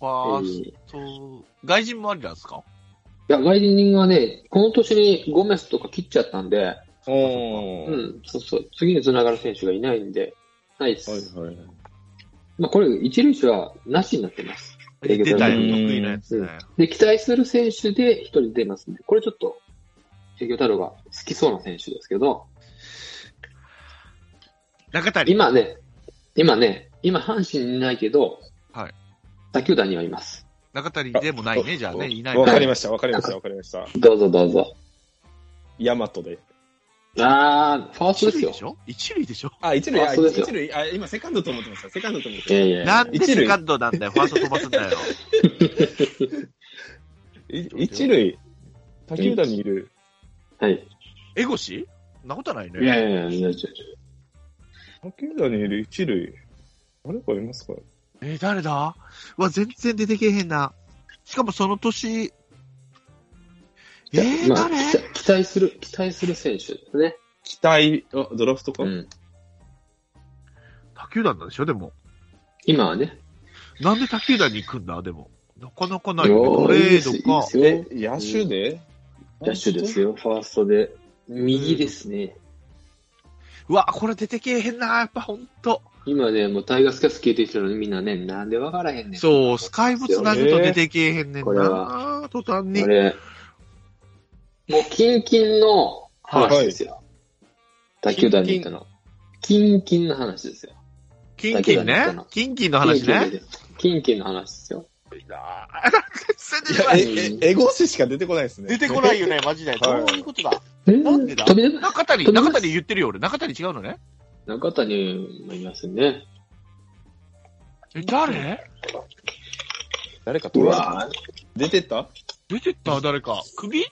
わうんー、そう、外人もありなんですかいや、外人はね、この年にゴメスとか切っちゃったんで、おうー。ん、そうそう、次に繋がる選手がいないんで、ないです。はいはい。まあ、これ、一塁手はなしになってます。出たよ、得うん意なやつね。で、期待する選手で一人出ますんで、これちょっと、営業太郎が好きそうな選手ですけど、中谷。今ね、今ね、今阪神にいないけど、はい。他球団にはいます。中谷でもないね、じゃあね、いないわねかりました、わかりました、わかりました。どうぞどうぞ。ヤマトで。あー、ファースト一で塁すでよ。しょ一塁でしょあ、一塁、ああそうですよ一塁、あ、今セカンドと思ってました。セカンドと思ってまいやしいやいやなんで一セ塁カンドなんだよ、ファースト飛ばすんだよ。た。い一塁、他球団にいる。はい。エゴシそんなことはないいね。やいやいや、いや他球団にいる一塁。誰かいますかえー、誰だうわ、全然出てけへんな。しかもその年、えー、まあ誰期待期待する、期待する選手ですね。期待、あ、ドラフトか、うん。他球団なんでしょでも。今はね。なんで他球団に行くんだでも。なかなかないいやよね。トレーいいドでかす。よいいえですよ、野手でダッシュですよ、ファーストで。右ですね。うわ、これ出てけへんな、やっぱほんと。今ね、もうタイガースキャス聞いてきてるのにみんなね、なんでわからへんねん。そう、スカイブつなぐと出てけへんねんこれな、途端にこ。れ、もう、キンキンの話ですよ。他球団に行ったの。キンキンの話ですよ。キンキンねだけだな。キンキンの話 ね。キンキンの話ですよ。あー全然出てこいないや、え、え、エゴシしか出てこないですね。出てこないよ ね、マジで。どういうことだ。なんでだ飛び出中谷、中谷言ってるよ、俺。中谷違うのね。中谷もいますね。え、誰誰かう取らわ出てった出てった誰か。首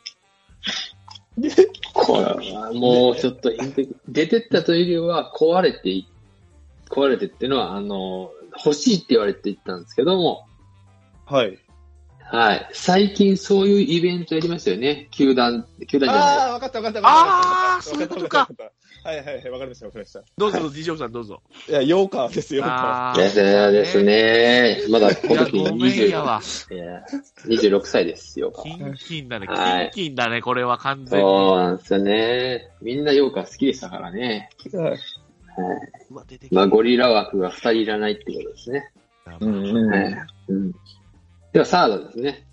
これはもうちょっと、出てったというよりは、壊れてい、壊れてっていうのは、あの、欲しいって言われて行ったんですけども、はい。はい。最近そういうイベントやりましたよね。球団、球団じゃない。あー、わかったわかったわあーわかったそういうことかわったわったはいはいはい、わかりました、わかりました。どうぞ、ジジョブさんどうぞ。いや、ヨーカーですよ、ヨーカあですね、ですね。まだいこや、の時ごめんや20わ。いや26歳ですよ。キンキンだね。はいキンキンだね、これは完全に。そうなんですよね。みんなヨーカ好きでしたからね。ー。はい。うわ、出てきまたあ、。ゴリラ枠が2人いらないってことですね。うんうんはいうん、では、サードですね。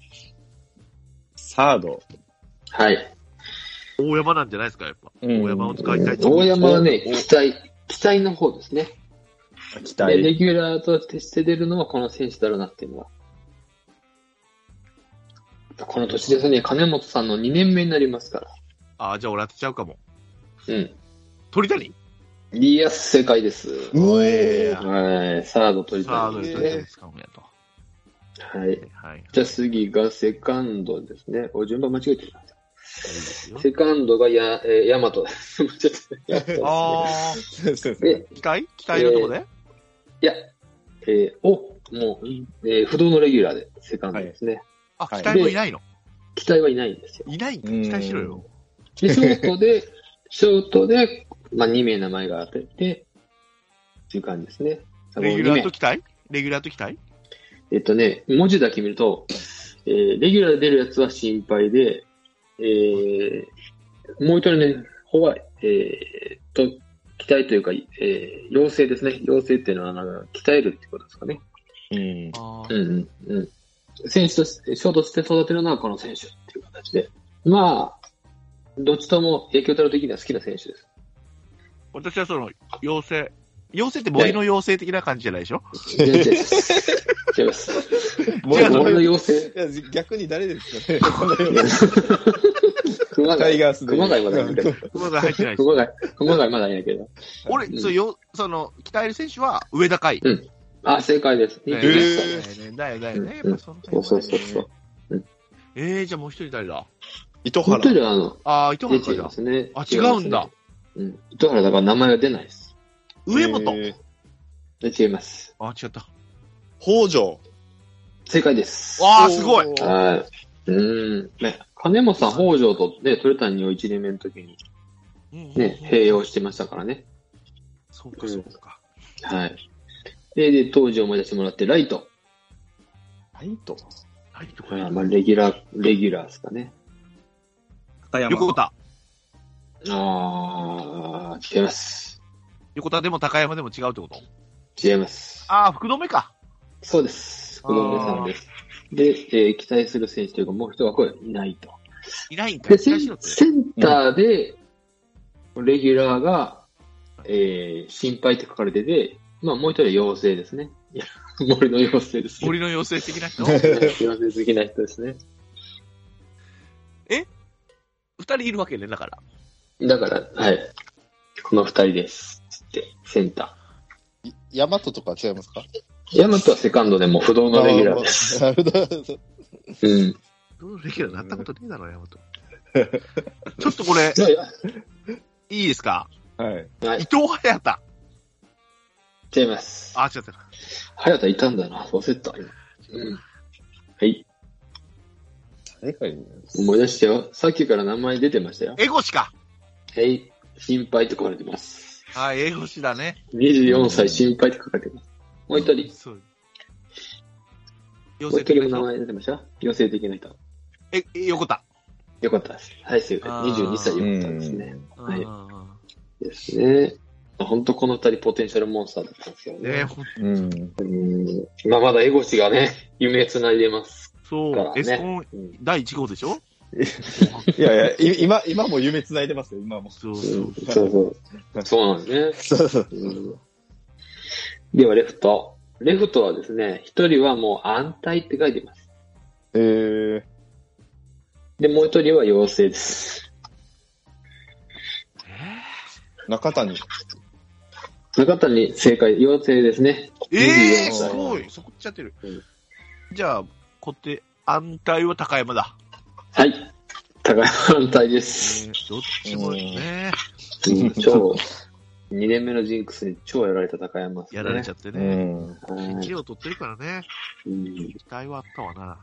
サード。はい。大山なんじゃないですか、やっぱ。うん大山を使いたいと。大山はね、お期待、期待の方ですね。期で、待。レギュラーとして出るのはこの選手だろうなっていうのは。この年ですね、金本さんの2年目になりますから。ああ、じゃあ俺当てちゃうかも。うん。鳥谷いや、正解です。うええーはい、サード取りサたードいでです鳥谷ね。使うんやと。はい。はい。じゃあ次がセカンドですね。お、順番間違えていいる。ですセよカンドがや、えー、ヤマトです。間違えてるあー。そうですねえあ、期待期待のとこで いや、えー、お、もう、えー不動のレギュラーで、セカンドですね。あ、はい期待もいないの期待はいないんですよ。いないんだ。うん期待しろよ。で、ショー トで、ショートで、まあ、2名名前が当てて、っていう感じですね。レギュラーもとう二期待レギュラーと期待名えっとね、文字だけ見ると、えーレギュラーで出るやつは心配で、えーもう一人ね、ほわ、えーと、期待というか、えー、陽性ですね。陽性っていうのは、なんか鍛えるってことですかね。うん。ああう。んうんうん。選手として、ショートとして育てるのはこの選手っていう形で。まあ、どっちとも影響太郎的には好きな選手です。私はその、妖精。妖精って森の妖精的な感じじゃないでしょ全然違い ます。違います。もう違う俺のい妖精、や逆に誰ですかね。この熊タイ谷。ガースで。熊谷まだいるけ ど。熊が入ってないです。熊谷、熊谷まだいないけど。俺、そう、よ、その、鍛える選手は上高い。あ、正解です。ね21歳。だよね、だよね。やうんっぱそのそう辺そはうねそうそう。えー、じゃあもう一人誰だ糸本原当。にあの、ああ、糸原出てかいじゃまあ。すね。あ違うんだ違いますね。うん。糸原だから名前は出ないです。上本。えーで違います。あ、違った。北条。正解です。わあ、すごい。はい。うーん。ね、金本さん、北条とね、鳥谷を1年目の時にね、うん併用してましたからね。そうか、そうか。はい。で、で当時を思い出してもらって、ライト。はないと。何とかまあ、まあレギュラー、レギュラーですかね。高山。横田。あー、違います。横田でも高山でも違うってこと違います。ああ、福留か。そうです。子供さんです。で、えー期待する選手というか、もう一枠はいないと。いないんかで、い。セ東ン野ってセンターで、レギュラーが、えー、心配って書かれてて、まあ、もう一人は陽性ですね。 いや、森の陽性です、ね。森の妖精的な人陽性好きな人ですね。二人いるわけね、だから。だから、はい。この二人です。つって、センタヤマトとか違いますかー。ヤマトはセカンドでも不動のレギュラーです。なるほど。うん。どのレギュラーなったことねえだろ、山本。 ちょっとこれ、いやいやいいですかはい。は伊い藤隼太。違います。あ、違った。早田いたんだな。忘れてた。うん。はい。誰かい思い出してよ。さっきから名前出てましたよ。エゴシか。はい。心配って書かれてます。はい、エゴシだね。 24歳心配って書かれてます。もう一人。そう。もう妖一精人的のな名人。前出てました陽性的な人。え、え横田。よかったです。はい、正解。あー22歳よかったですね。はいうんですね。本当この二人ポテンシャルモンスターだったんですけどねえ、ね。ほんうん。うん。まあまだ江越がね、 夢繋いでます。そだうか、らねエスコンうん第1号でしょいやいや、い 今、今も夢繋いでますよ、今も。そううそんそうそう。そうなんですね。そうそう。では、レフト。レフトはですね、一人はもう安泰って書いてます。えー、で、もう一人は陽性です。中谷。中谷、正解、陽性ですね。う。ええー、す24ごい。そこっちゃってるうん。じゃあ、こって、安泰は高山だ。はい。高山安泰でえす。ーどっちもね、うん超、2年目のジンクスに超やられた高山、やられちゃってうね。ん。はい1を取ってるからね、うん期待はあったわな。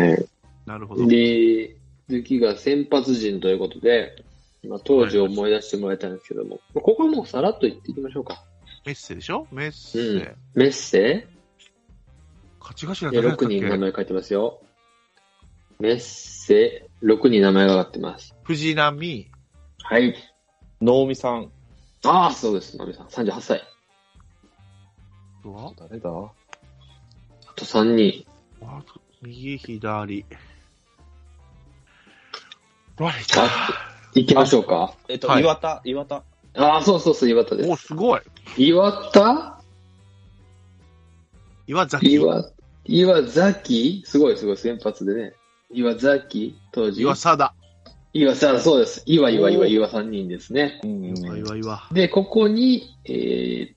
はいなるほど。で、次が先発陣ということで、まあ、当時を思い出してもらいたいんですけども、まあここはもうさらっと言っていきましょうか。メッセでしょメッセ。メッセ勝ち頭で、誰だった6っ人名け前書いてますよ。メッセ、6人名前が上がってます。藤波、はい。能見さん。ああ、そうです、ナミさん。38歳。あとは誰だあと3人。あと右、左。わいあ行きましょうか。えっと、はい岩田、岩田。ああ、そうそうそう、岩田です。お、すごい。岩田岩崎。岩、岩崎すごいすごい、先発でね。岩崎当時。岩佐だ。岩さん、そうです。岩、岩、岩、岩3人ですね。うん岩岩岩。で、ここに、えー、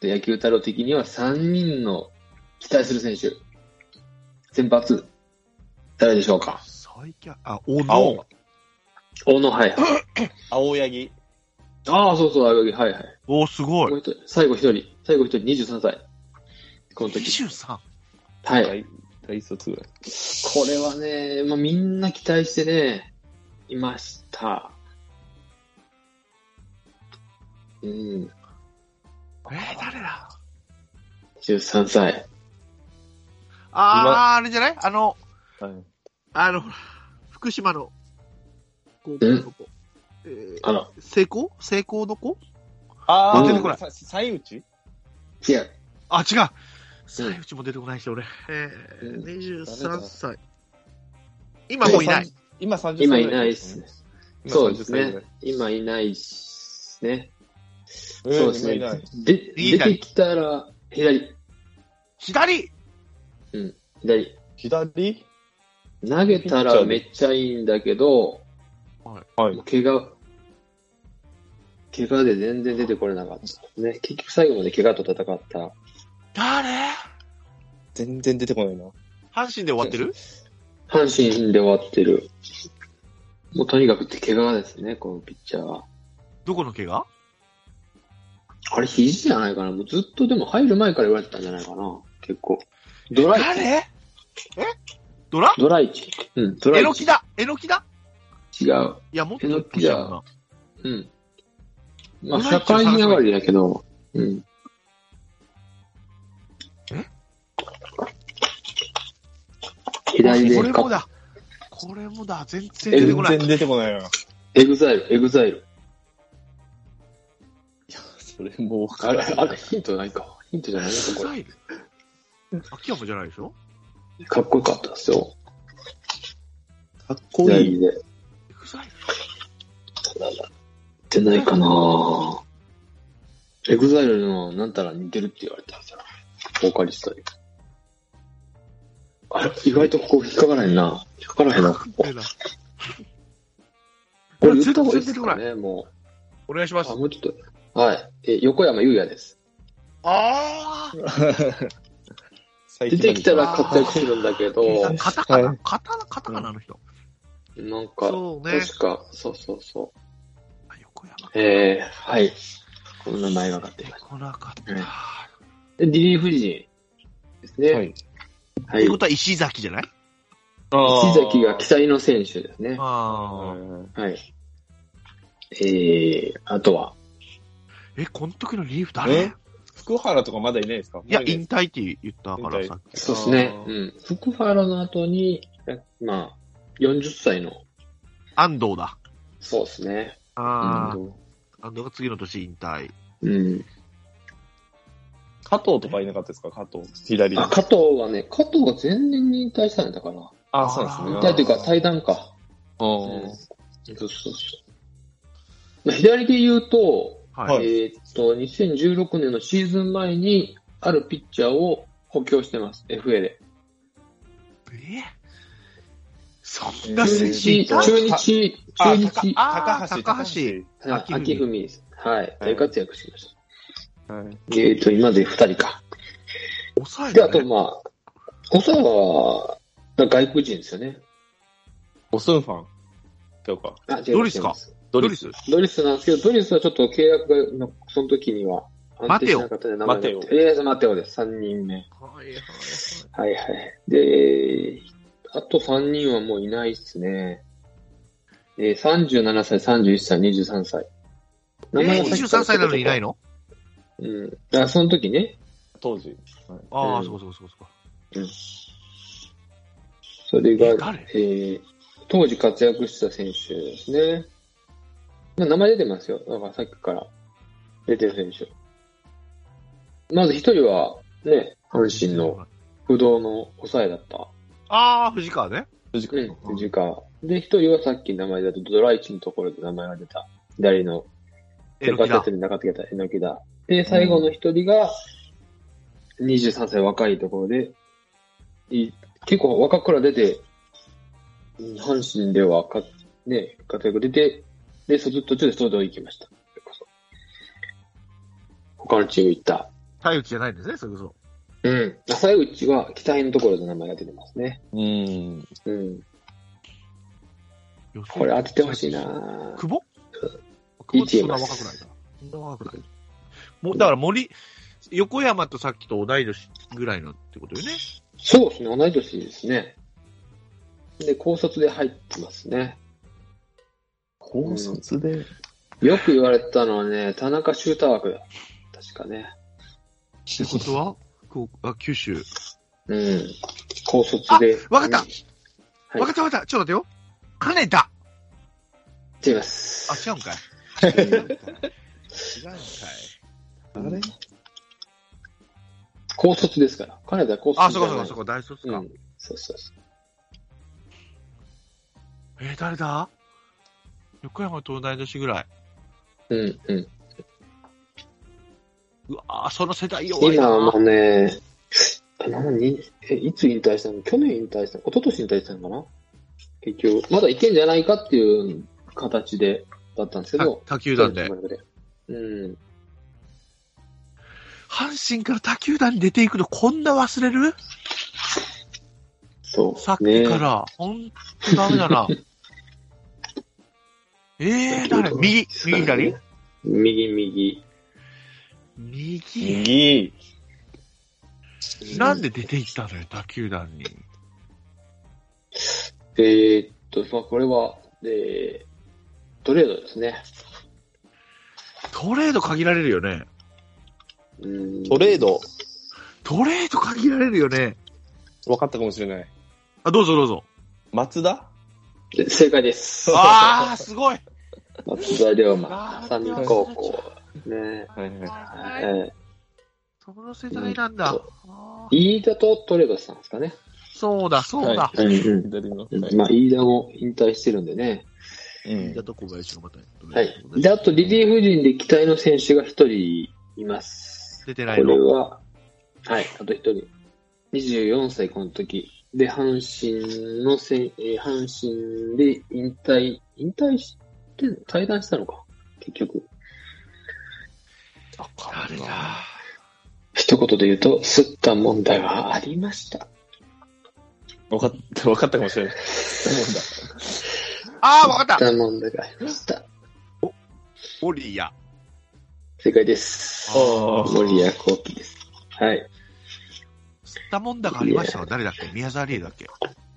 と野球太郎的には3人の期待する選手。先発、誰でしょうか最強。あ、お青の。大野、はいはい。青柳。ああ、そうそう、青柳、はいはい。お、すごもうい。一人、最後一人、最後一人、23歳。この時。 23。はい。大大卒ぐらい。これはね、まあ、みんな期待してね、いました。うん、えー、誰だ13歳。あー、あれじゃないあの、はい。あの、ほら福島の高校の子。えー、あら、成功成功の子あーー、出出ててここなないい。最内違う。あ、違う。最内も出てこないし、俺。えー、うん23歳。今もういない。。今30歳ぐ今ら。いないっすね。今そう30です歳ぐらい。ね。今いないっすね。えーそうですね今いない。。で、右出左てきたら、左、左左。左投げたらめっちゃいいんだけど、はいもう。怪我、怪我で全然出てこれなかったですね。結局最後まで怪我と戦った。誰全然出てこないな。阪神で終わってる阪神で終わってる。もうとにかく怪我ですね、このピッチャーは。どこの怪我あれ、肘じゃないかなもうずっとでも入る前から言われてたんじゃないかな結構。ドライチ。誰えドラドライチ。うん、ドラえイのきチ。だえのきだ違う。いや、もっとえのきだな。うん。まあ、ドラ社イチを探せ会ばいい人上がりだけど、うん。左でこれもだ。これもだ。全然出て全こない。然出てこないな。エグザイル、エグザイル。それもう分あかれ、らあれ、ヒントないか。ヒントじゃないのか、こ臭い。秋山じゃないでしょれ。かっこよかったですよ。かっこいい。左で。臭い。ってないかなエグザイルのなんたら似てるって言われたんですよ。ボーカリストに。あれ、意外とここ引っかからへんな。引っかからへんな。ここ出た これ言った方がいいですかね、もお願いしまう。すあ、。もうちょっと。はい。え、横山優也です。ああ最出て近きたら活躍するんだけど、 カタカはナ、カタカナの人。なんか、そうね。確か、そうそうそあ横山う。えー、はい。この名前が分かっ出ていてます。こなかった。うんっで、リリーフ陣ですね。ははい。い。てことは石崎じゃない石崎が期待の選手ですね。ああ。はい。えー、あとは、え、この時のリリーフ誰いえ福原とかまだいないですかや、まだいな引退って言ったから引退さっき。そうですね。あうーん。福原の後に、えまあ、40歳の、安藤だ。そうですね。あうあ。ん安藤が次の年引退。うん。加藤とかいなかったですか加藤。左あ、加藤はね、加藤が前年に引退したんだから。あ、そうなん引で退すね。というか、対談か。うんそうそうそう。まあ左で言うと、ははいい。えーっと、2016年のシーズン前に、あるピッチャーを補強してます。FA で。えそんな中選手い日、たえー中日、中日、ああ、ー高橋。高橋はい秋秋文です。はい。大活躍しました。高橋はいえっ、と、今で2人か。抑えで、あだと、ね。まあ、細川は、外国人ですよね。オスンファン。とか。あ、違いドますリスか違いますドリス。ドリスなんですけど、ドリスはちょっと契約が、のその時には、安定しなかったで名前が出てマテオええマテオです。3人目。はいはいはいはいはい。で、あと3人はもういないっすね。えー、37歳、31歳、23歳。えー、23歳なのにいないののうん。あ、その時ね。当時。あうあ、んそうそうそうそう。それえが、誰えー当時活躍した選手ですね。まあ、名前出てますよ。なんかさっきから出てる選手。まず一人は、ね、阪神の。不動の抑えだった。ああ、藤川ね。藤う川ん、藤川。で、一人はさっき名前だと、ドライチのところで名前が出た。左の、えのきだ。に中継た、えのきだ。で、最後の一人が、23歳若いところで、い結構若くから出て、うん阪神ではか、ね、活躍出て、で、そ途中で東京行きました。それこそ他のチーム行った。太内じゃないんですね、それこそ。うん。朝内は期待のところで名前が出てますね。うん。うん。予選これ当ててほしい。な久保い久い保ってそチーんムな若くないから。そんな若くない。もう、だから森、横山とさっきと同い年ぐらいのってことよね。そうですね、同い年ですね。で、高卒で入ってますね。高卒で。よく言われてたのはね、田中修太枠だ。確かね。ってことは、こうあ九州。うん。高卒で。あわかったうんはいわかったわかった、ちょっと待ってよ。金田違います。あ、違うんかい。違うんかい。違う んかいあれ高卒ですから。金田は高卒あ、そこそこそこ。こ、大卒うか。ん。そうそうそう。えー、誰だ横山と同い年ぐらい。うんうん。うわーその世代弱いな今はもうね、何にえ、いつ引退したの去年引退したの一昨年引退したのかな結局、まだいけんじゃないかっていう形で、だったんですけどた。他球団で。うん。阪神から他球団に出ていくのこんな忘れるそう。さっきかねら。ほんとダメだ な。えー、誰右、右左右、右。右。右。なんで出ていったのよ、他球団に。えーっと、まあ、これは、えー、トレードですね。トレード限られるよね。うんトレード、トレード限られるよね。分かったかもしれない。あ、どうぞどうぞ。松田正解です。 ああ、すごい松田龍馬、三人高校。ねはいはい。はいえその世代なんだ。あー飯田とトレバスさんですかね。そうだ、そうだ。うんう左の。はいん。まあ、飯田も引退してるんでね。うんじゃあ、どこ林の方にはい。で、あとリリーフ陣で期待の選手が一人います。出てこないれの。は、はい、あと一人。24歳、この時。で、阪神のせん、えー阪神で引退、引退して、退団したのか。結局。誰だ一言で言うと、すった問題がありました。わかった、わかったかもしれない。ああ、わかったすった問題がありました。オリア。正解です。あー森谷幸喜です。はい。吸ったもんだがありましたの誰だっけ宮沢りえだっけ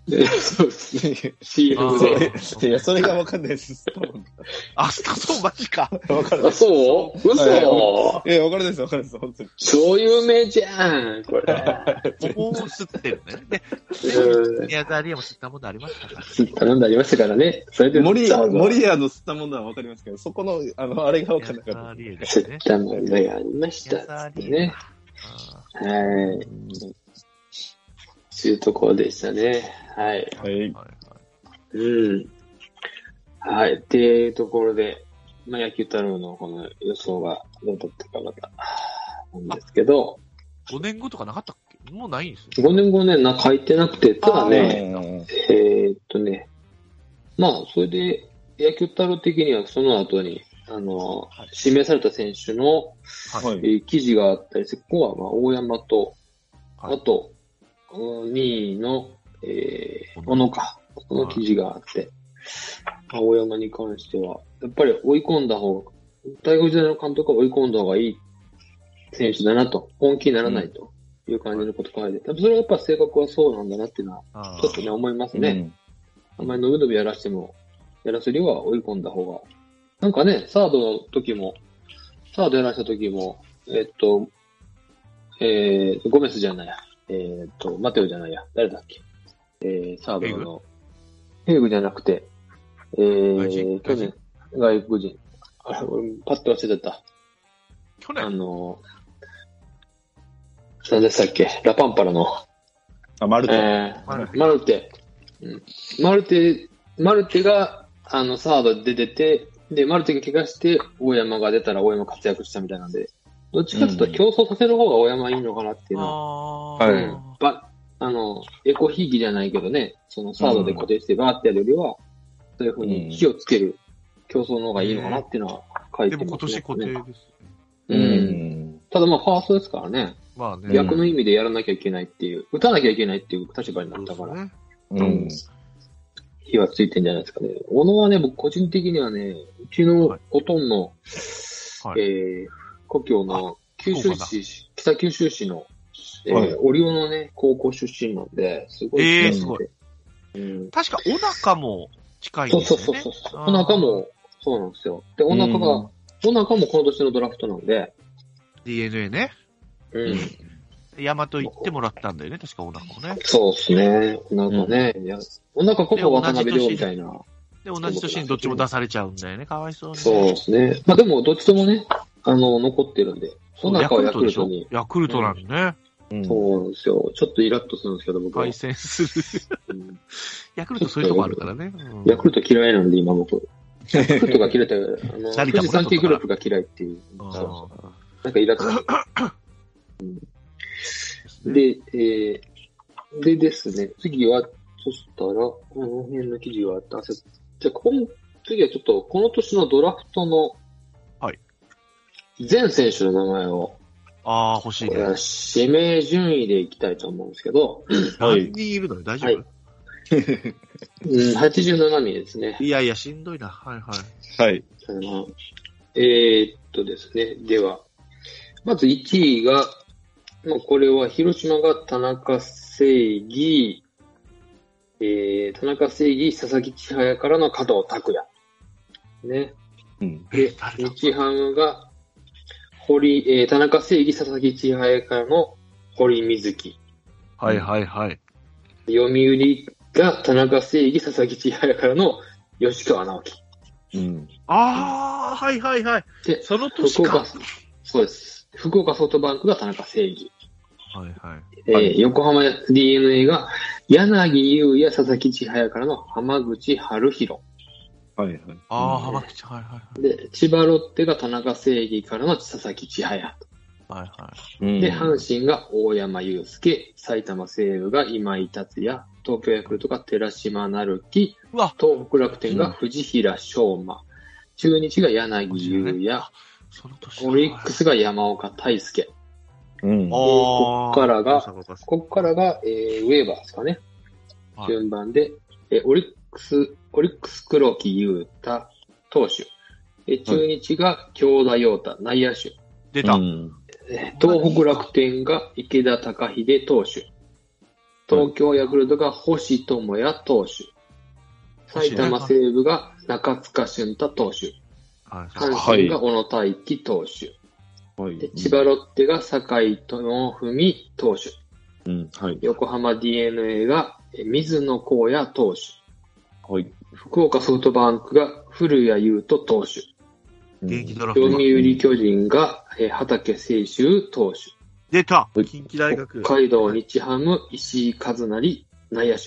でそうですね。CM あで。ーいや、それがわかんないです。あ、吸ったそう、マジか。わかんな いあ、。そう嘘、はえ、わかるです、わかるです、本当に。そういう名じゃん、これ。 桃を吸ってるね。で、うん。宮沢りえも吸ったもんだありましたから。頼んでありましたからね。それで、森さあ屋、森屋の吸ったものはわかりますけど、そこの、あの、あれがわかんな宮かった。沢りえです吸ねっ。た問題がありました宮。沢つってりえねだ。。あはい。というところでしたね。はい。ーはいはいうん。はい。っていうところで、まあ、野球太郎のこの予想がどうだったかまた、なんですけど、 5年後とかなかったっけもうないんですよ。 5年後ね、な書いてなくて、ただね、えーっとね、まあ、それで、野球太郎的にはその後に、あの、はい指名された選手の、はえい。ー記事があったりして、ここは、まあ、大山と、はいあと、2位の、えー、小小野野か。この記事があって、まあ大山に関しては、やっぱり追い込んだ方が、大学時代の監督は追い込んだ方がいい選手だなと、本気にならないという感じのこと書いて、多分それはやっぱ性格はそうなんだなっていうのは、あちょっとね、ー思いますね。ね。あんまり伸び伸びやらしても、やらせるよりは追い込んだ方が。なんかね、サードの時も、サードやらした時も、えっと、えー、ゴメスじゃないや、えーっと、マテオじゃないや、誰だっけ。えー、サードの、ヘイグじゃなくて、え外人ー、去年、外国人。あれ、俺パッと忘れてた。去あ年、の、何でしたっけラパンパラの、あ、マルト。えー、マルテマルテ。うんマルテ、マルテが、あの、サードで出てて、で、マルテが怪我して、大山が出たら大山活躍したみたいなんで、どっちかというとうん競争させる方が大山いいのかなっていうのは、あはーいうんば、あの、エコひいきじゃないけどね、そのサードで固定してバーってやるよりは、そういうふうに火をつける競争の方がいいのかなっていうのは書いでてもま今すね年固定です。う。うんん。ただまあ、ファーストですからね、まあね。逆の意味でやらなきゃいけないっていう、打たなきゃいけないっていう立場になそうでったすから、ね。うん。火はついてんじゃないですかね。小野はね、僕個人的にはね、うちのおとんの、はいえー故郷の九州市、北九州市の、えーはいオリオのね、高校出身なんで、すごい好きなんで。えーすごいうん。確か、小高も近いんそうですよそうね。そうそう。あーお腹も、そうなんですよ。で、お腹が、お腹もこの年のドラフトなんで、 DNA ね。うん。うん大和行ってもらったんだよね、確か小高もね。そうですね。お腹ね。いやお腹こそ渡辺亮みたいな。で、同じ年にどっちも出されちゃうんだよね、かわいそうに。そうですね。まあでも、どっちともね、あの、残ってるんで、おヤ腹クはルヤトクでルしょトに。ヤクルトなんでね。そうなんですよ。ちょっとイラッとするんですけど、僕は対。戦する。 うんヤクルトそういうとこあるからね。うんヤクルト嫌いなんで、今僕。ヤクルトが嫌いだよ。あの、成富田もね士山系グループが嫌いっていう。うんそうなんかイラッとすうる。んで、えー、でですね、次は、そしたら、この辺の記事があった。あそうじゃあ、ここも、次はちょっと、この年のドラフトの、はい。全選手の名前を、ああ、欲しいこねれ。は指名順位でいきたいと思うんですけど、は何い人いるのよ、大丈はい夫うん、87人ですね。いやいや、しんどいな。はいはい。はい。あのえーっとですね、では、まず1位が、まあ、これは広島が田中正義、えー、田中正義、佐々木千早からの加藤拓也。ね。うん。で、誰だ日ハムが、堀、えー、田中正義、佐々木千早からの堀瑞希。はいはいはい。読売が田中正義、佐々木千早からの吉川直樹。うん。ああ、はいはいはい。で、その年福か。岡、そうです。福岡ソフトバンクが田中正義。はいはい。えーはい横浜 DNA が柳優や佐々木千早からの浜口春弘。はいはい。ああ、うん浜口、はいはいで、千葉ロッテが田中正義からの佐々木千早。はい。はいはい。うんで、阪神が大山祐介、埼玉西武が今井達也、東京ヤクルトが寺島成樹、うわ、東北楽天が藤平翔馬、中日が柳優也、その年だオリックスが山岡大輔。うん。あーこはっからが大阪ガスここからが、えーウェーバーですかね。はい順番で、えーオリックス、オリックス黒木優太投手。えー中日が京田陽太、内野手。出た。うんえー東北楽天が池田隆秀投手。東京ヤクルトが星智也投手。星ね埼玉西武が中塚俊太投手。はい阪はい神が小野大輝投手。いで千葉ロッテが酒井智文投手。うん。はい。横浜 DNA がえー水野光也投手。はい。福岡ソフトバンクが古谷優斗投手。現役ドラフ読ト。売巨人がえー畠清修投手。出たはい近畿大学。北海道日ハム石井和成内野手。はい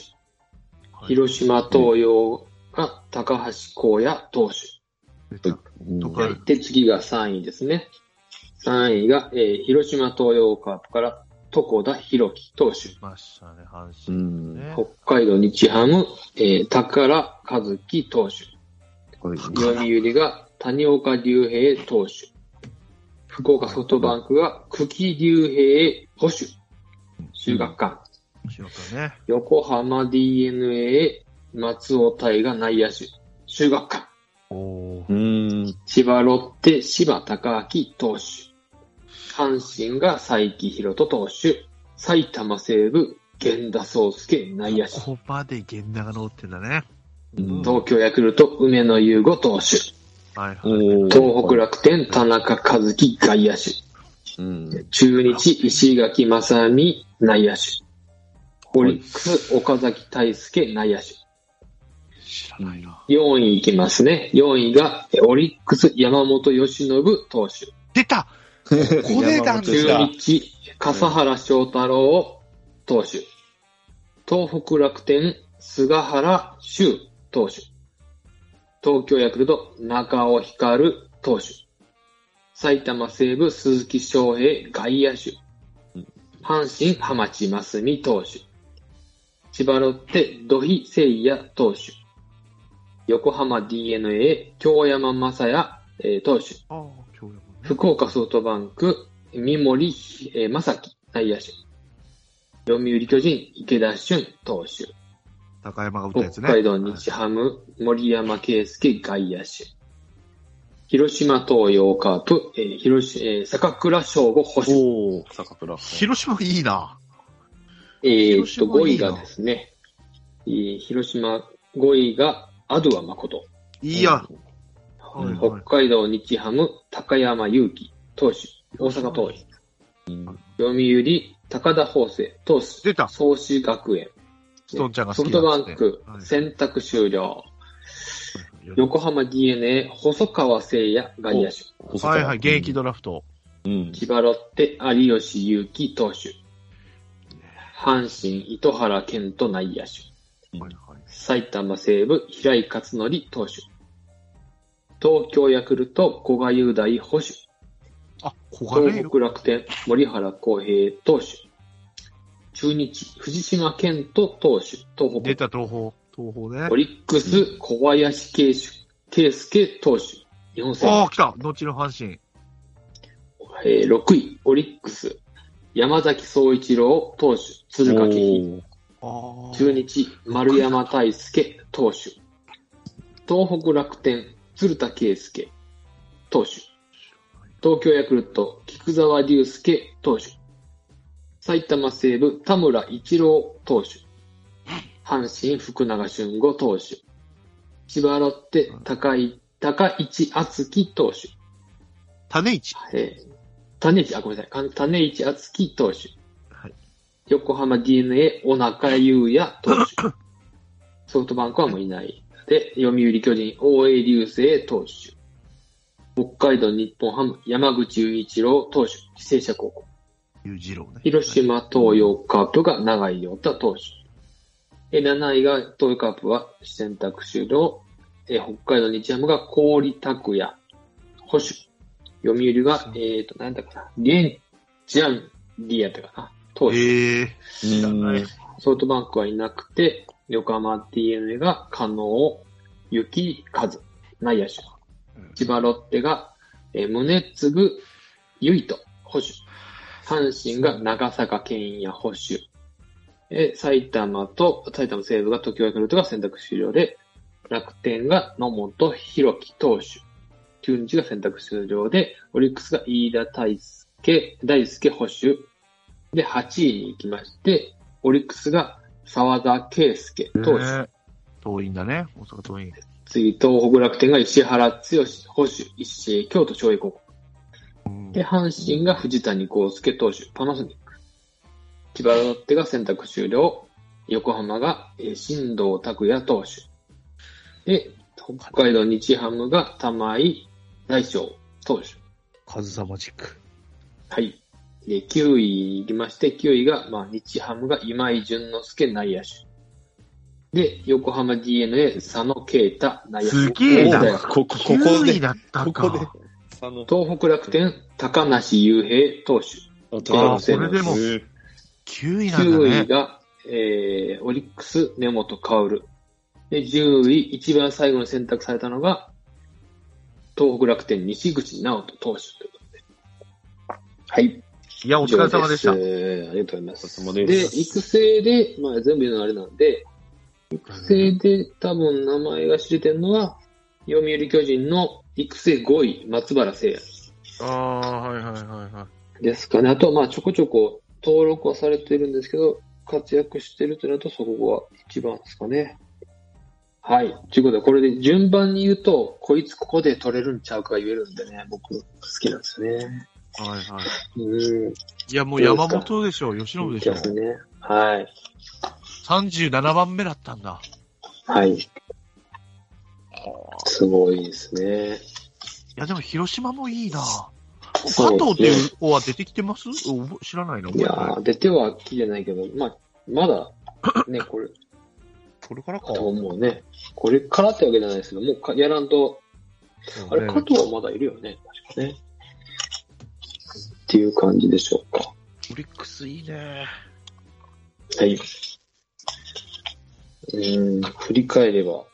広島東洋が高橋光也投手。出たうんとかはいで、次が3位ですね。3位が、えー広島東洋カープから床田博樹投手。ましたね、阪う神。ん。ね北海道日ハム、えー宝和樹投手。はい読売が谷岡隆平投手。福岡ソフトバンクが久喜隆平捕手。中学館。面白かったね。横浜 DNA、松尾大が内野手。中学館。おおう。ん。千葉ロッテ、柴隆明投手。阪神が佐伯博人投手。埼玉西武、源田壮介内野手。ここまで源田が乗ってんだね。うん東京ヤクルト、梅野優吾投手。はいはい。おー東北楽天、田中和樹外野手。うん。中日、石垣正美内野手。オリックス、岡崎大輔内野手。知らないな。 4位いきますね。4位が、えオリックス、山本由伸投手。出たこれだん山本です出よた中日、笠原翔太郎投手。東北楽天、菅原修投手。東京ヤクルト、中尾光投手。埼玉西武、鈴木翔平外野手。阪神、浜地真美投手。千葉ロッテ、土肥誠也投手。横浜 DNA、京山正也、えー投手。ああ、今日やもんね。福岡ソフトバンク、三森えー正樹内野手。読売巨人、池田俊投手。高山が打ったやつ北ね。海道日ハム、森山圭介外野手。広島東洋カープ、えー広しえー坂倉翔吾捕手。おお、坂倉。広島いいな。えーっ広と、島5い位いながですね、えー広島5位がアドア誠。いいや。んはいは北い海道日ハム、高山祐希投手。大阪桐蔭。読売、高田法政投手。出た創志学園。ストンちゃんがソ好フきトだバっつンってク、選択終了。横浜 DNA、細川誠也外野手。はいはいはい、現役ドラフト。うん。千葉ロッテ、有吉祐希投手。阪神、糸原健人内野手。うんはいはい埼玉西部、平井勝則投手。東京ヤクルト、古賀雄大捕手。あ、小金井東北楽天、森原康平投手。中日、藤島健人投手。東出北、た東宝。東宝ねオ。リックス、小林圭司圭介投手。日本生命ああ、来た後の阪神。えー6位、オリックス、山崎総一郎投手、鶴お垣ーああ。中日、丸山大輔投手、東北楽天、鶴田圭介投手、東京ヤクルト、菊沢龍介投手、埼玉西武、田村一郎投手、阪神、福永俊吾投手、千葉ロッテ、高井、高市敦樹投手、種市。えー、種市、あ、ごめんなさいかん、種市敦樹投手。はい 横浜 DNA、小中優也投手。ソフトバンクはもういないので、読売巨人、大江流星投手。北海道日本ハム、山口雄一郎投手、履正社高校。裕次郎ね。広島東洋カープが長井亮太投手。え7位が東洋カープは選択肢のえ北海道日ハムが郡拓也、保守。読売が、えっ、と、なんだかな、リエンジャン・リアとかな、投手。ええ知らない。ソフトバンクはいなくて、横浜 DNA が加納、雪和、内野手。千葉ロッテが、えー、宗次、ゆいと、保守。阪神が長坂健也、保守。えー、埼玉と、埼玉西部が時岡ルートが選択終了で、楽天が野本弘樹投手。中日が選択終了で、オリックスが飯田大輔、大輔保守。で、8位に行きまして、オリックスが沢田圭介投手。遠いんだね。大阪遠い。次、東北楽天が石原剛、保守、一斉、京都長英高校。で、阪神が藤谷康介投手、パナソニック。千葉ロッテが選択終了。横浜が、えー、新藤拓也投手。で、北海道日ハムが玉井大将投手。カズサマジック。はい。で、9位に行きまして、9位が、まあ、日ハムが今井淳之介内野手。で、横浜 DNA 佐野啓太内野手。すげえなでここ、ここ9位で、だったこか。こで。あの、東北楽天高梨雄平投手。ああ、そこれれでもえ9位なんだ9位ね。が、えー、オリックス、根本薫。で、10位、一番最後に選択されたのが、東北楽天、西口直人投手ということで。はい。いや、お疲れ様でした以上。すありがとうございます。お疲れで、様です育成で、まあ全部言うのはあれなんで、育成で多分名前が知れてるのは、読売巨人の育成5位、松原聖也。ああ、はいはいはいはい。ですかね。あとは、まあ、ちょこちょこ登録はされてるんですけど、活躍してるとなると、そこは一番ですかね。はい。ということで、これで順番に言うと、こいつここで取れるんちゃうか言えるんでね、僕好きなんですよね。はいはい。うん。いや、もう山本でしょ、吉信でいいしょで。すね。はい。 37番目だったんだ。はい。すごいですいね。や、でも広島もいいな。加そうですね藤っていう子は出てきてますおぼ知らないのいやー、出てはきてないけど、まあ、まだ、ね、これ、 これからか。と思うね。これからってわけじゃないですけど、もうかやらんと、あれ、加藤はまだいるよね、確かね。っていう感じでしょうか。オリックスいいね。はい。うーん、振り返れば、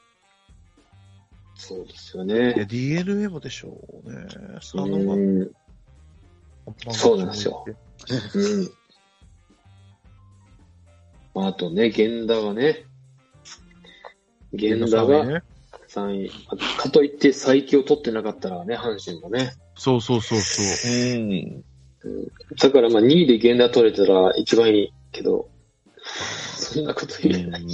そうですよいや、ね。 DNA もでしょうね。うそーん、そうなんですよ。うん。まああとね、源田がね、源田がね。 3位。あかといって最強取ってなかったらね、阪神もね。そうそうそうそう。うん。だからまあ2位で源田取れたら一番いいけど、そんなこと言えない。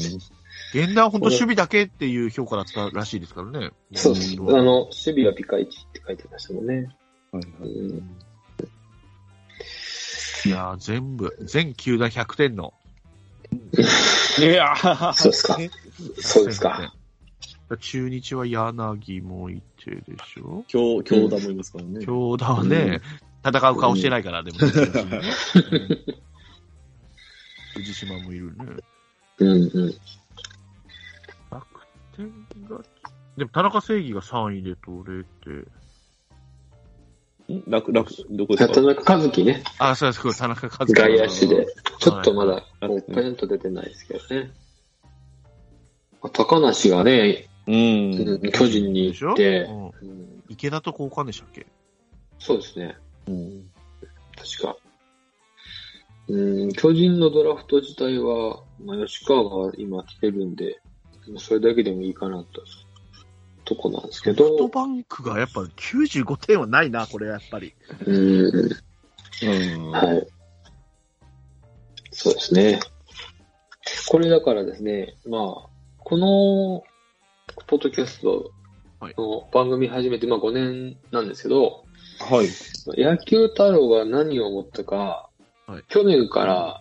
源田は本当守備だけっていう評価だったらしいですからね。そうです。あんの、守備はピカイチって書いてましたもんね。うんいやー、全部、全球団100点の。いやそうですか。そうですか。中日は柳もいてでしょ強、強打もいますからね。強打はね、戦う顔してないから、でも。藤島もいるね。うんうん。楽天が、でも田中正義が3位で取れて、ん楽、楽、どこで田すか中和樹ね、あ、そうです、田中和樹。外野手で。ちょっとまだ、いもうペンと出てないですけどね。高梨がね、ううんん巨人にでしょ行って、うんうん池田と交換でしたっけそうですね、うん。確か。うん、巨人のドラフト自体は、まあ、吉川が今来てるんで、もうそれだけでもいいかなと、とこなんですけソフトど、バンクがやっぱ95点はないな、これやっぱり。うん、うん。はい。そうですね。これだからですね、まあ、この、ポッドキャストはいの番組始めて、まあ5年なんですけど、 はい。野球太郎が何を思ったか、はい去年から、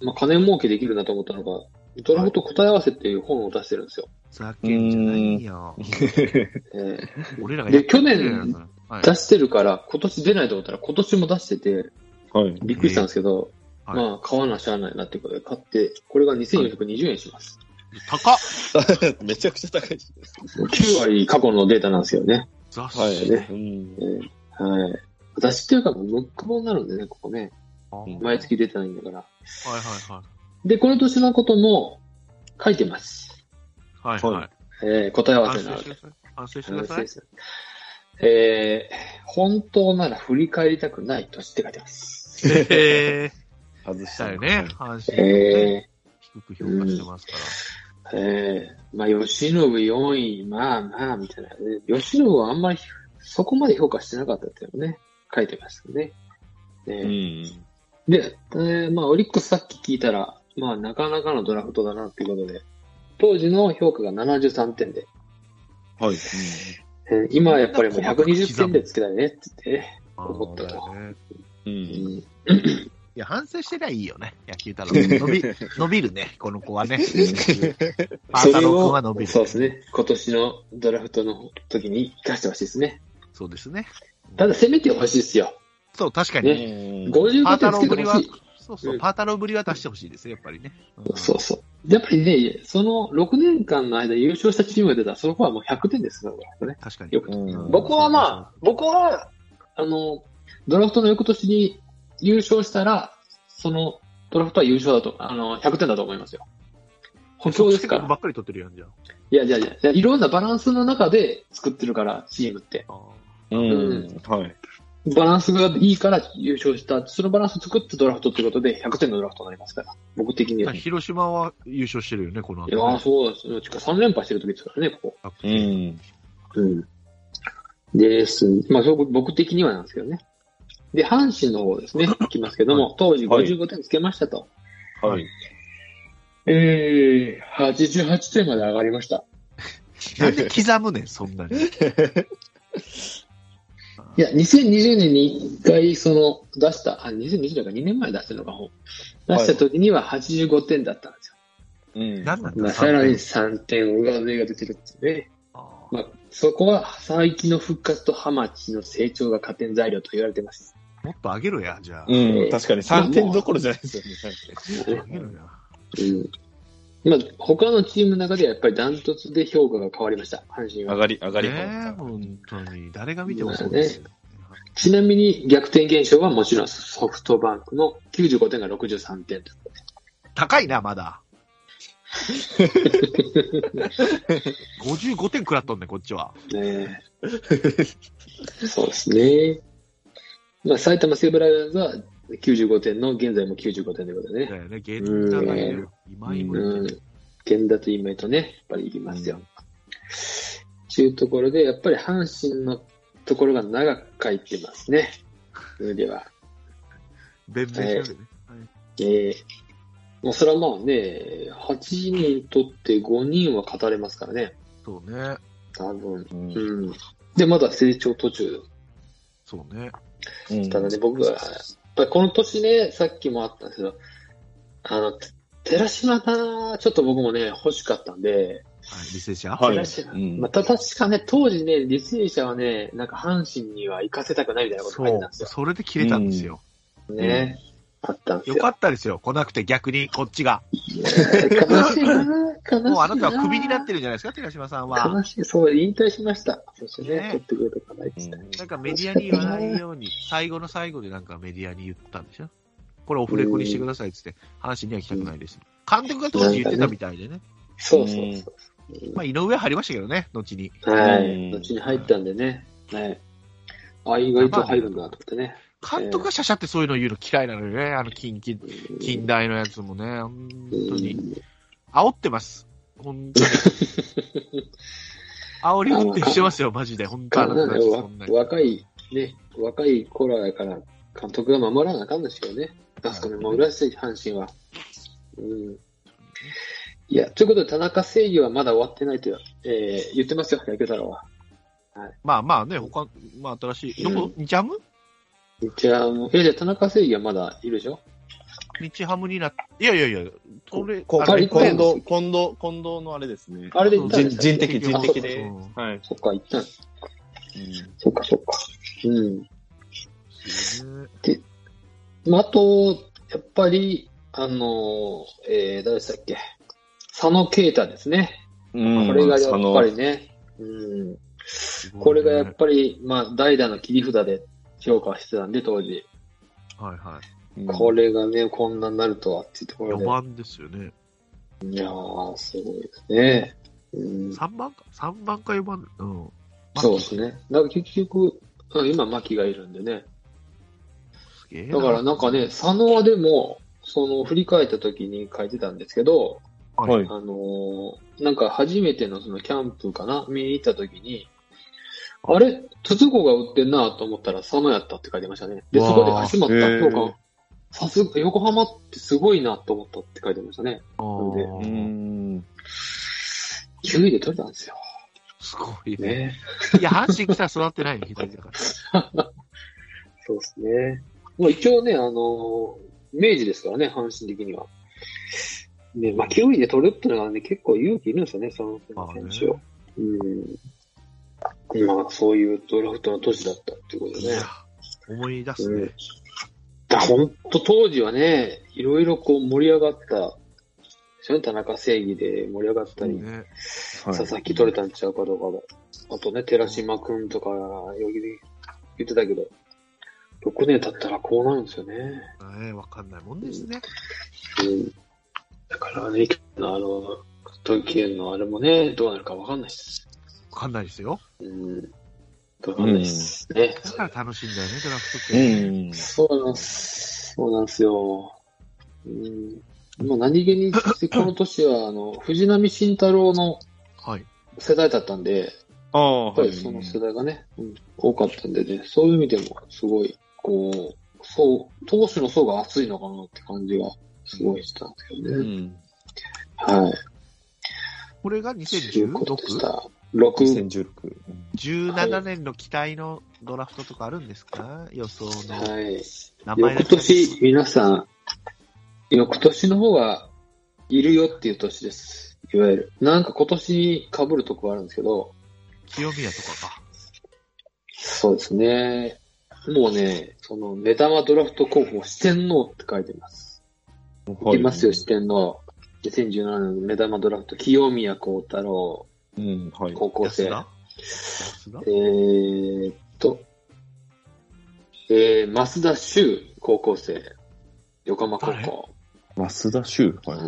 まあ金儲けできるなと思ったのが、ドラフト答え合わせっていう本を出してるんですよ。ふざけんじゃないよ。えー俺らがやってるで去年やつだはい出してるから、今年出ないと思ったら、今年も出してて、はい。びっくりしたんですけど、えーはいまあ、買わなしゃあないなってことで買って、これが2420円します。高っ めちゃくちゃ高いし。 9割過去のデータなんですよね。雑誌、はい。ねうんえ。ーはい。私っていうか、ムック本になるんでね、ここね。あはいん毎月出てないんだから。はいはで、この年のことも書いてます。い。はいはい。えー答え合わ安せな心しのでて。ください。安心してくださ反い。省えー、本当なら振り返りたくない年って書いてます。え外ー、しだたよね。。阪神、ねえ低く評価してますから。ー、えー、まあ、吉信4位、まあまあ、みたいな。吉信はあんまりそこまで評価してなかったっていうのね、書いてましたね。うえーん。で、えーまあ、オリックスさっき聞いたら、まあ、なかなかのドラフトだなっていうことで、当時の評価が73点で、はい。えー今はやっぱりもう120点でつけたいねって言って、思ったよあーだよね。う。うんんいや、反省してりゃいいよね。野球太郎。伸び、伸びるね、この子は ね。パーそ太れ郎くんは伸びを、る。そうです。ね。今年のドラフトの時に生かしてほしいですね。そうですね。ただ攻めてほしいですよ。そう、確かねに。パー55太点郎つけぶてりほはしい。、そうそうう、んパー太郎ぶりは出してほしいですね、やっぱりね。うんそうそう。やっぱりね、その6年間の間優勝したチームが出たら、その子はもう100点ですからね。確かによ。く僕はまあ、僕は、あの、ドラフトの翌年に優勝したら、そのドラフトは優勝だと、あの、100点だと思いますよ。本当ですからば。っかり取ってるやんじゃん。いやいやいやいや、いろんなバランスの中で作ってるから、チームって。あーうん。はい。バランスがいいから優勝した、そのバランスを作ったドラフトということで、100点のドラフトになりますから、僕的だにかは。らい広島は優勝してるよね、この後やー、そうですね。てか3連覇してる時ですからね、こうね。ん。こ。うん。です。まあ、そう僕的にはなんですけどね。で、阪神の方です ね、いきますけども、当時55点つけましたと。はい。えー、88点まで上がりました。なんで刻むねん、そんなに。いや、2020年に一回、その、出した、あ、2020年か2年前出してるのか、本。出した時には85点だったんですよ。うん。なんなんまあ、だ、さらに3点上乗せが出てるっていうね。あーまあ、そこは佐伯の復活と浜地の成長が加点材料と言われてます。もっと上げろや、じゃあ。うん。確かに3点どころじゃないですよね。上げろや。うんまあ、他のチームの中ではやっぱりダントツで評価が変わりました、阪神上は。がり、上がり。ねえ、本当に。誰が見てもそうですよ。ちなみに逆転現象はもちろんソフトバンクの95点が63点と。高いな、ま だ。55点食らっとんね、こっちは。ねえそうですね。まあ、埼玉西武ライオンズは95点の、現在も95点ということでだね。よね、ゲート高いよ。今井も言ってうるん。源田と今井とね、やっぱりいきますよ。っていうところで、やっぱり阪神のところが長く書いてますね。それでは。弁明してるよね。えー、もうそれはまあね、8人とって5人は語れますからね。そうね。多分。うんうん。で、まだ成長途中。そうね。うんただね、僕は、やっぱりこの年ね、さっきもあったんですけど、あの、寺島が、ちょっと僕もね、欲しかったんで、はい、履正社。はい寺島うんまた確かね、当時ね、履正社はね、なんか阪神には行かせたくないみたいなこと書いそてうたん。ですよ。それで切れたんですよ。ね。あったんですよよ。かったですよ。来なくて逆に、こっちが。悲しいな悲しいなもうあなたはクビになってるじゃないですか、寺島さんは。悲しい。そう、引退しました。そしてね、ね取ってくれとかないって言ってなんかメディアに言わないように、最後の最後でなんかメディアに言ったんでしょこれオフレコにしてくださいっつって、話には来たくないです。監督が当時言ってたみたいでね。そうそうそう。まあ、井上入りましたけどね、後に。はい。うん後に入ったんでね。はい。あ、意外と入るんだなと思ってね。監督がシャシャってそういうの言うの嫌いなのよね、あの近近近代のやつもね、本当に。煽ってます。本当に。 煽り運転してますよ、マジで。本当かあなたなたりちわそんなに若い、ね、若い頃やから、監督が守らなあかんですよね。あそこでもう浦しい阪神は。うん。いや、ということで、田中正義はまだ終わってないと、えー言ってますよ、野球太郎は。まあまあね、他、まあ新しい。どこ、ジャムじゃあ、もうえ、じゃあ田中正義はまだいるでしょ日ハムになっいやいやいや、これ、こあこの近一藤、回近一藤、近藤のあれですね。あれで行ったん人ですか人的、回人的で。うんはい。そっか、行ったんうんそっか、そっか。うん。ですよねまあ、あと、やっぱり、あのー、えー、誰でしたっけ。佐野啓太ですね。うんこれがやそっのぱりね、うん、すごいねこれがやっぱり、まあ、代打の切り札で評価してたんで、当時。はいはこれがね、こんなになるとはっていうとこい。4ろ番ですよね。で。いやー、すごいですね。うん、 3番か ?3 番か4番。うん。そうですね。だから結局、うん今、牧がいるんでね。すげえ。だからなんかね、、佐野はでも、その、振り返った時に書いてたんですけど、はいあのーなんか初めてのそのキャンプかな見に行った時に、あれ筒子が売ってんなと思ったら佐野やったって書いてましたね。で、わあそこで始まっへたえ評価、さすが、横浜ってすごいなと思ったって書いてましたね。あーうん。 9位で取れたんですよ。すごいね。ね。いや、阪神来たら育ってないの、左だから。そうですね。まあ一応ね、あのー明治ですからね、阪神的には。ね、まあ9位で取るっていうのはね、結構勇気いるんですよね、その選手を。うん。まあ、そういうドラフトの年だったってこといでねや。、思い出すね。だ本当当時はね、いろいろこう盛り上がった、そういう田中正義で盛り上がったり、ねはい佐々木取れたんちゃうかどうかも。あとね、寺島くんとか、よぎり言ってたけど、6年経ったらこうなるんですよね。ねわかんないもんですね。うん。だからね、あの、時計のあれもね、どうなるかわかんないです。わかんないですよ。うん。どうかんないですね。だから楽しいんだよね、ドラフトっうて。ん。そうなんです。そうなんですよ。うん。もう何気にして、この年は、あの、藤波慎太郎のはい。世代だったんで、ああ、やっぱはりい。その世代がね、うん多かったんでね、そういう意味でも、すごい、こう、そう、投手の層が厚いのかなって感じが、すごいしたんですけどうね。ん。はい。これがということでし 2016?17 た。6、 2016。年の期待のドラフトとかあるんですか予想の。はい。名前だ翌け年、皆さん、翌年の方がいるよっていう年です。いわゆる。なんか今年被るとこあるんですけど、清宮とかか。そうですね。もうね、その、目玉ドラフト候補、四天王って書いてます。はいいますよ、四天王。2017年の目玉ドラフト、清宮幸太郎、うん、はい。高校安生。田安田えーっと、えー、増田修、高校生。横浜高校。増田修。はい。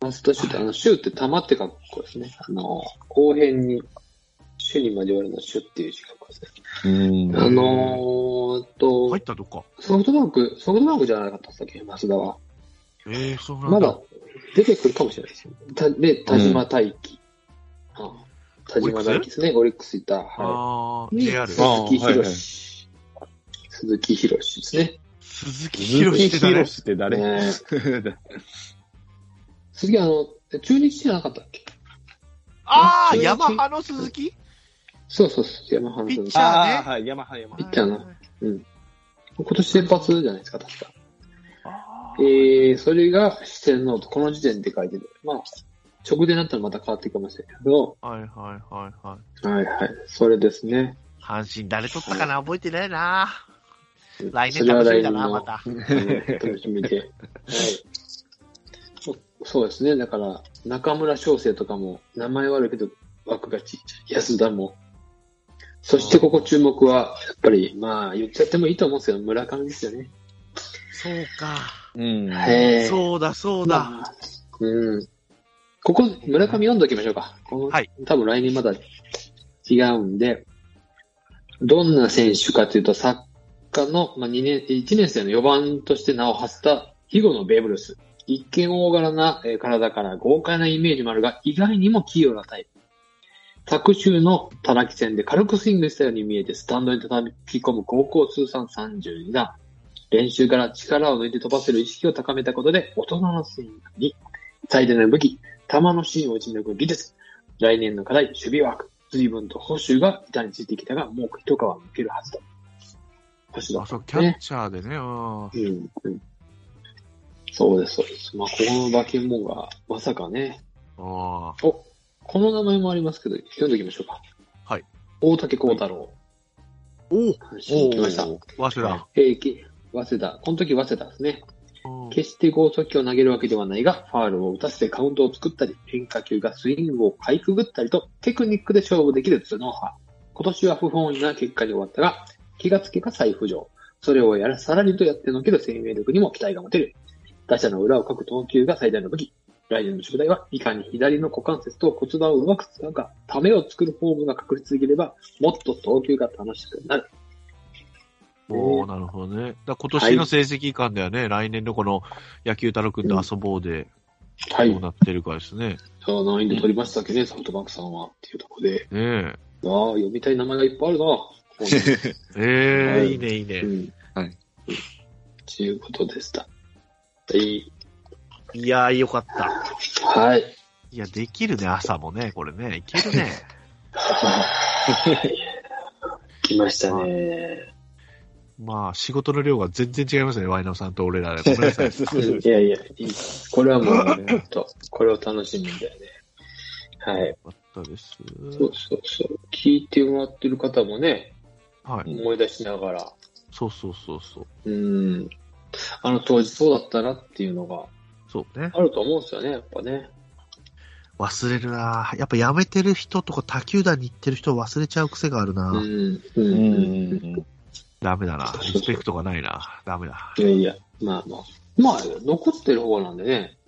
マスターシューって、あの、シューって玉って書く子ですね。あの、後編に、主に交わるのシュっていう字書く子ですね。うん。あのー、と入っ、たとか。ソフトバンク、ソフトバンクじゃなかったっすっけ、マスダは。ええそうなんまだ出てくるかもしれないですよ。たで、田島大輝。あ田島大輝ですね、オリックスいた。はああ、い。 JR。鈴木あーはい博はい士。鈴木博士ですね。鈴木鈴宏木って誰宏って誰ね 鈴木、あの、中日じゃなかったっけああ、ヤマハの鈴木そうそうそう、山半ピッ分チ。ャーああ、はい。ヤマハ、ヤマハ。ピッチャーな今年先発じゃないですか、確か。あーえー、それが四天王とこの時点で書いてる。まあ、直前になったらまた変わっていくかもしれないけど、はいはいはいはい。はいはい、それですね。阪神誰取ったかな覚えてないな。来そ年れは楽しみ来だな、年のまた。うん楽しみで。はい。そそうですね、だから、中村翔成とかも、名前悪いけど枠がちっちゃい。安田も。そしてここ注目は、やっぱり、まあ、言っちゃってもいいと思うんですけど、村上ですよね。そうか。うん。はい。そうだそうだ。うん。ここ、村上読んどきましょうか。このはい。多分来年まだ違うんで、どんな選手かというと、作家の、まあ、2年、1年生の4番として名を馳せた、ヒゴのベーブルース。一見大柄なえー体から豪快なイメージもあるが、意外にも器用なタイプ。昨週の田中戦で軽くスイングしたように見えて、スタンドに叩き込む高校通算32弾。練習から力を抜いて飛ばせる意識を高めたことで、大人のスイングに最大の武器、球の芯を打ち抜く技術。来年の課題、守備ワーク。随分と補修が板についてきたが、もう一皮むけるはずだ。星だあ、。そう、キャッチャーでね。うんうんうんそうです、そうです。まあ、ここの化け物が、まさかね。ああ、お、この名前もありますけど、読んでおきましょうか。はい。大竹幸太郎。おお阪神来ました。早稲田。えーき早稲田。この時、早稲田ですね。うん決して剛速球を投げるわけではないが、ファールを打たせてカウントを作ったり、変化球がスイングをかいくぐったりと、テクニックで勝負できる頭脳派。今年は不本意な結果に終わったが、気がつけば再浮上。それをやらさらりとやってのける生命力にも期待が持てる。打者の裏をかく投球が最大の武器。来年の宿題は、いかに左の股関節と骨盤をうまく使うか、ためを作るフォームが確立できれば、もっと投球が楽しくなる。おおなるほどね。だから今年の成績感だよね、来年のこの野球太郎くんと遊ぼうで、はどうなってるかですね。そう、難易度取りましたっけね、ソフトバンクさんは。っていうところで。ねああ、読みたい名前がいっぱいあるな。 え。ええはいいいね、いいねう。ん。はい。ということでした。はい。いやー、よかった。はい。いや、できるね、朝もね、これね。いけるね。 来ましたね。まあ、仕事の量が全然違いますね、ワイナオさんと俺らで。ごめ んな さい。うんいやいや、いいですこれはも う、ね、とこれを楽しむんだよね。はい。よかったです。そうそうそう。聞いてもらってる方もね、はい。思い出しながら、そうそうそうそう。うん。あの当時そうだったなっていうのがそうね。あると思うんですよね、やっぱね。忘れるなやっぱ辞めてる人とか他球団に行ってる人を忘れちゃう癖があるな、うん。うん。ううん。うんんダメだな。リスペクトがないな。ダメだ。いやいや、まあまあ。まあ、残ってる方なんでね。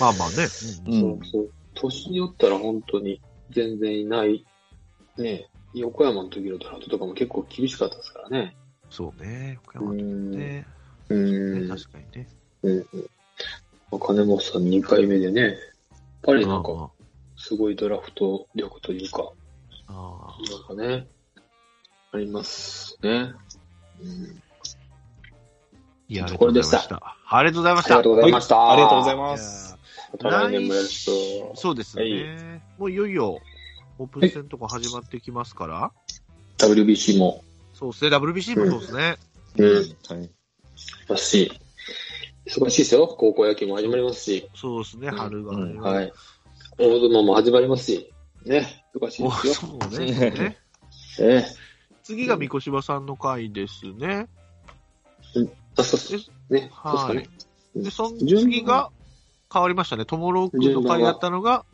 まあまあね。うそんう。そう。年によったら本当に全然いない。ね横山の時のドラフトとかも結構厳しかったですからね。そうね。岡う山ん。ね。うん。確かにね。金本さん2回目でね、やっぱりなんうんうかんすごいドラフト力というか、ああなんかね、ありますね。うんいや、ありがととこうごろでざしいまたした。ありがとうございました。ありがとうございました。ありがとうございいやます。また来年もやるし来そうですね、はもういよいよオープン戦とか始まってきますから、 WBC も、そうですね、WBC もそうですね、うん、はい。ますし、忙しいですよ。高校野球も始まりますし。そうですね、うん春が、。うんはいい。大相撲も始まりますし、ね、難しいおですよ。そうねそうね。ええ。次が三越場さんの回ですね。あ、そうっす。ね、そうっすはかいね。。で、その順番次が変わりましたね。ともろうくんの回だったのが、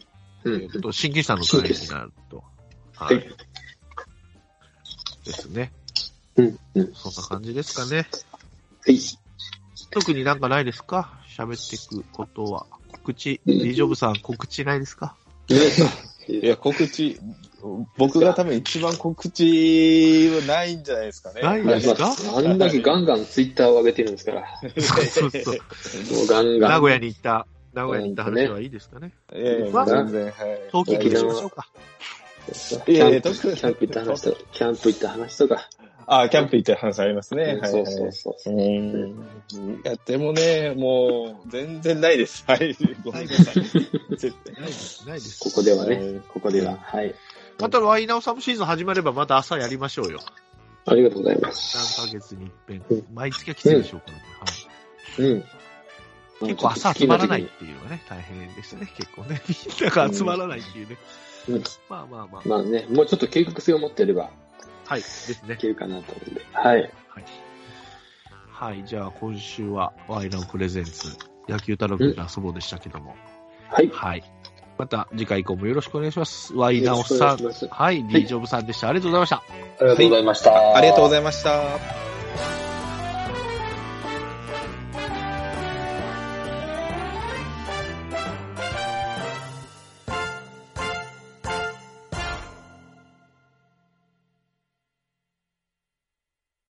うえん。っと、新規さんの回になると。はい。はいですね。うん。うん。はそんな感じですかね。い。特になんかないですか喋っていくことは。告知、リジョブさん告知ないです かいや、告知、僕が多分一番告知はないんじゃないですかね。ないはでいすまかあ、あんだけガンガンツイッターを上げてるんですから、もそうそうそう。うガンガン。名古屋に行った、名古屋に行った話はいいですかね。いやいや、もう全然、はい。冬季行行ききままししょょううか。キいやいャやンプ、特キにャンプ行った話とか、キャンプ行った話とか。あ、キャンプ行って話ありますね。はい、はい。そうそうそう。うーん。いや、でもね、もう、全然ないです。はい。ごめんなさい。 絶対ないです、ないです。ここではね、ね。ここでは。はい。またワイナオサムシーズン始まればまた朝やりましょうよ。ありがとうございます。何ヶ月に一遍うん。毎月はきついでしょうからね。はいうん。結構朝集まらないっていうのがね、大変ですね。結構ね。みんなが集まらないっていうねうん。まあまあまあ。まあね、もうちょっと計画性を持ってればはい、ですねい。けるかなと思うんで。はい。はい、じゃあ今週はワイナオプレゼンツ、野球太郎くんと遊ぼうでしたけども。はい。はい。また次回以降もよろしくお願いします。ワイナオさんよろしくお願いし。ますはい、リージョブさんでした。ありがとうございました。ありがとうございました。ありがとうございました。